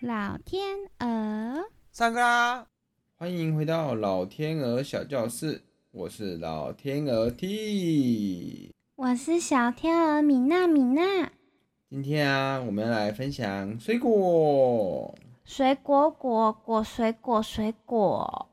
老天鹅，上课啦！欢迎回到老天鹅小教室，我是老天鹅 T。我是小天鹅米娜米娜。今天啊，我们要来分享水果。水果果果水果水果，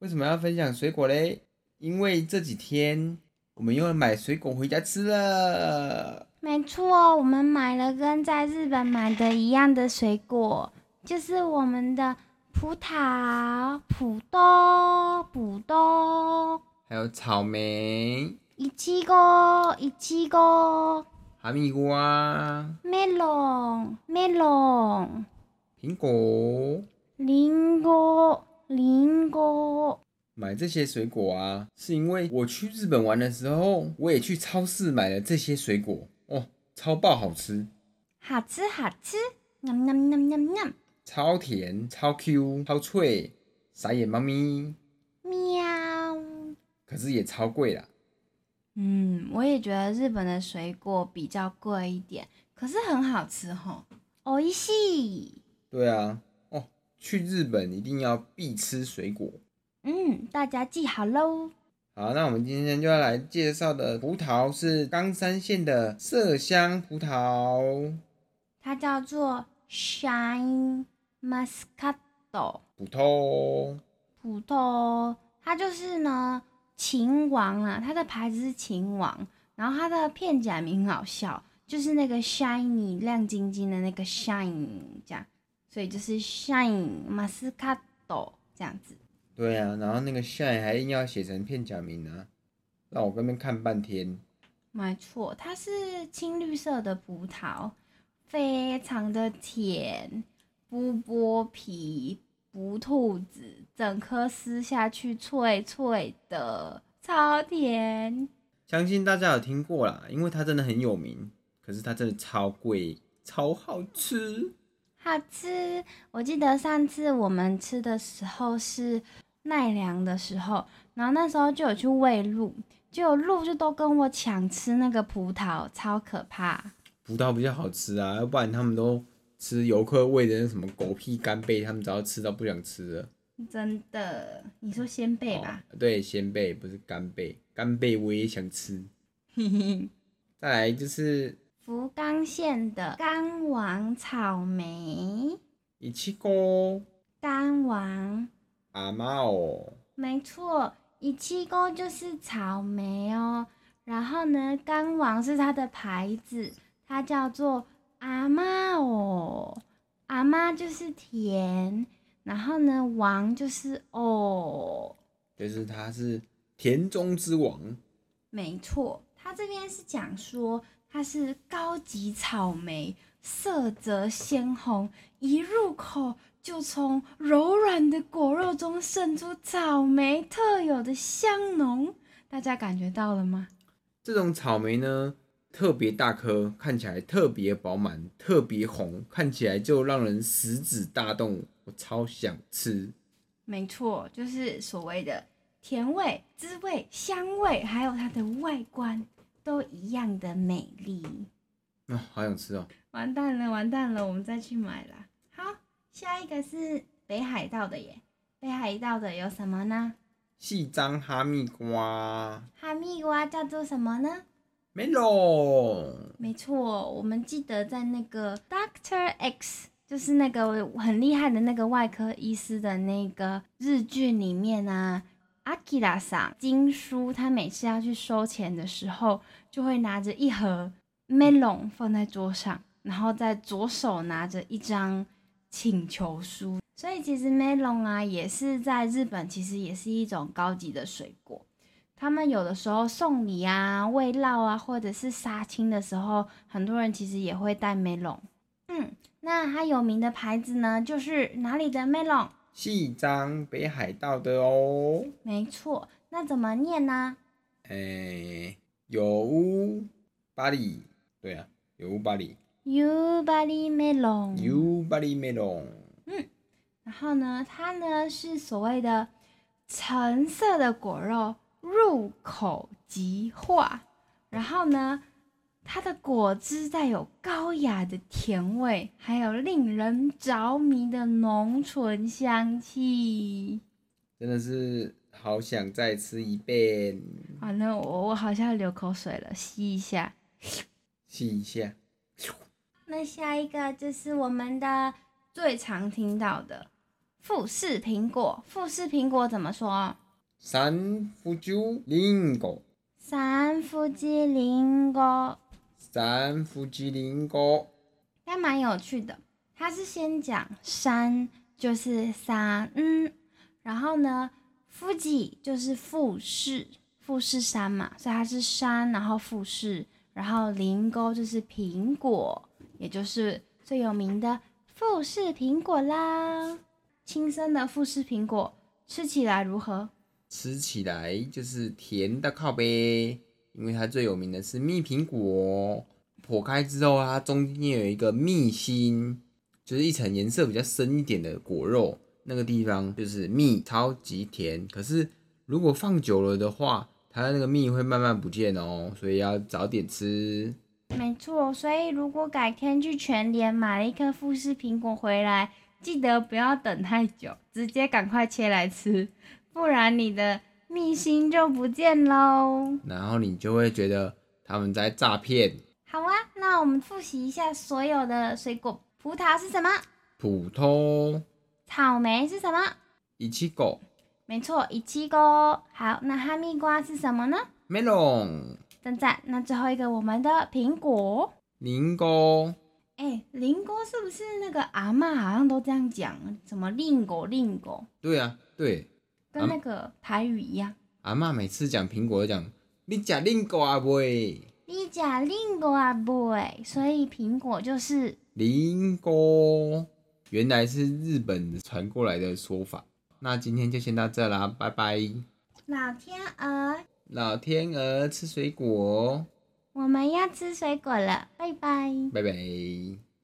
为什么要分享水果嘞？因为这几天我们又买水果回家吃了。没错，我们买了跟在日本买的一样的水果，就是我们的葡萄、葡萄、葡萄、还有草莓、一七个、一七个、哈密瓜、 melon、melon、苹果。林果、林果。买这些水果啊，是因为我去日本玩的时候，我也去超市买了这些水果哦，超爆好吃，好吃好吃，喵喵喵喵喵，超甜、超 Q、超脆，傻眼猫咪，喵。可是也超贵啦。嗯，我也觉得日本的水果比较贵一点，可是很好吃吼。おいしい。对啊，哦，去日本一定要必吃水果。嗯，大家记好喽。好，那我们今天就要来介绍的葡萄是冈山县的麝香葡萄，它叫做 Shine Muscato 葡萄葡萄，哦它就是呢秦王啊，它的牌子是秦王，然后它的片假名很好笑，就是那个 shiny 亮晶晶的那个 shine 这样，所以就是 Shine Muscato 这样子。对啊，然后那个 shine 还硬要写成片假名啊，让我跟边看半天。没错，它是青绿色的葡萄，非常的甜，不剥皮，不吐籽，整颗撕下去脆脆的，超甜。相信大家有听过啦，因为它真的很有名，可是它真的超贵，超好吃。好吃！我记得上次我们吃的时候是奈良的时候，然后那时候就有去喂鹿，就有鹿就都跟我抢吃那个葡萄，超可怕。葡萄比较好吃啊，要不然他们都吃游客喂的那什么狗屁干贝，他们早就吃到不想吃了。真的，你说先贝吧，哦对，鲜贝不是干贝，干贝我也想吃。嘿嘿，再来就是福冈县的干王草莓，一七哥干王，阿妈哦，没错，一七沟就是草莓哦。然后呢，干王是它的牌子，它叫做阿妈哦，阿妈就是甜，然后呢，王就是哦。就是它是田中之王，没错，它这边是讲说它是高级草莓，色泽鲜红，一入口就从柔软的果肉中渗出草莓特有的香浓，大家感觉到了吗？这种草莓呢，特别大颗，看起来特别饱满，特别红，看起来就让人食指大动，我超想吃。没错，就是所谓的甜味、滋味、香味，还有它的外观都一样的美丽。啊、好想吃哦！完蛋了，完蛋了，我们再去买啦。好，下一个是北海道的耶，北海道的有什么呢？细张哈密瓜哈密瓜叫做什么呢？ ，melon，没错，我们记得在那个 Doctor X，就是那个很厉害的那个外科医师的那个日剧里面啊，阿基拉桑金叔他每次要去收钱的时候，就会拿着一盒 melon 放在桌上，然后在左手拿着一张请求书。所以其实 melon 啊，也是在日本其实也是一种高级的水果。他们有的时候送礼啊、慰劳啊，或者是杀青的时候，很多人其实也会带梅龙。嗯，那它有名的牌子呢，就是哪里的梅龙？细张北海道的哦。没错，那怎么念呢？诶，哎有乌巴里，对啊，有乌巴里 u b a l i melon。有乌巴里 melon，然后呢，它呢是所谓的橙色的果肉，入口即化。然后呢，它的果汁带有高雅的甜味，还有令人着迷的浓醇香气。真的是好想再吃一遍，完了，啊我我好像要流口水了，吸一下。吸一下。那下一个就是我们的最常听到的富士苹果。富士苹果怎么说？三福酒林果，三富基林果，三福酒林果，它蛮有趣的。它是先讲山，就是山，嗯，然后呢，富吉就是富士，富士山嘛，所以它是山，然后富士，然后林沟就是苹果，也就是最有名的富士苹果啦。亲生的富士苹果吃起来如何？吃起来就是甜的靠背，因为它最有名的是蜜苹果，剖开之后它中间有一个蜜心，就是一层颜色比较深一点的果肉，那个地方就是蜜，超级甜。可是如果放久了的话，它那个蜜会慢慢不见哦，所以要早点吃。没错，所以如果改天去全联买了一颗富士苹果回来，记得不要等太久，直接赶快切来吃，不然你的蜜心就不见喽。然后你就会觉得他们在诈骗。好啊，那我们复习一下所有的水果：葡萄是什么？普通草莓是什么？一起狗没错，一七个。好，那哈密瓜是什么呢？ melon 赞赞。那最后一个，我们的苹果。林果哎，林果是不是那个阿嬷好像都这样讲？什么令果令果，对啊，对，跟那个台语一样。阿嬷每次讲苹果都讲，你吃林果啊喂，你假令果啊 boy，所以苹果就是林果原来是日本传过来的说法。那今天就先到这啦，拜拜。老天鹅。老天鹅吃水果，我们要吃水果了，拜拜。拜拜。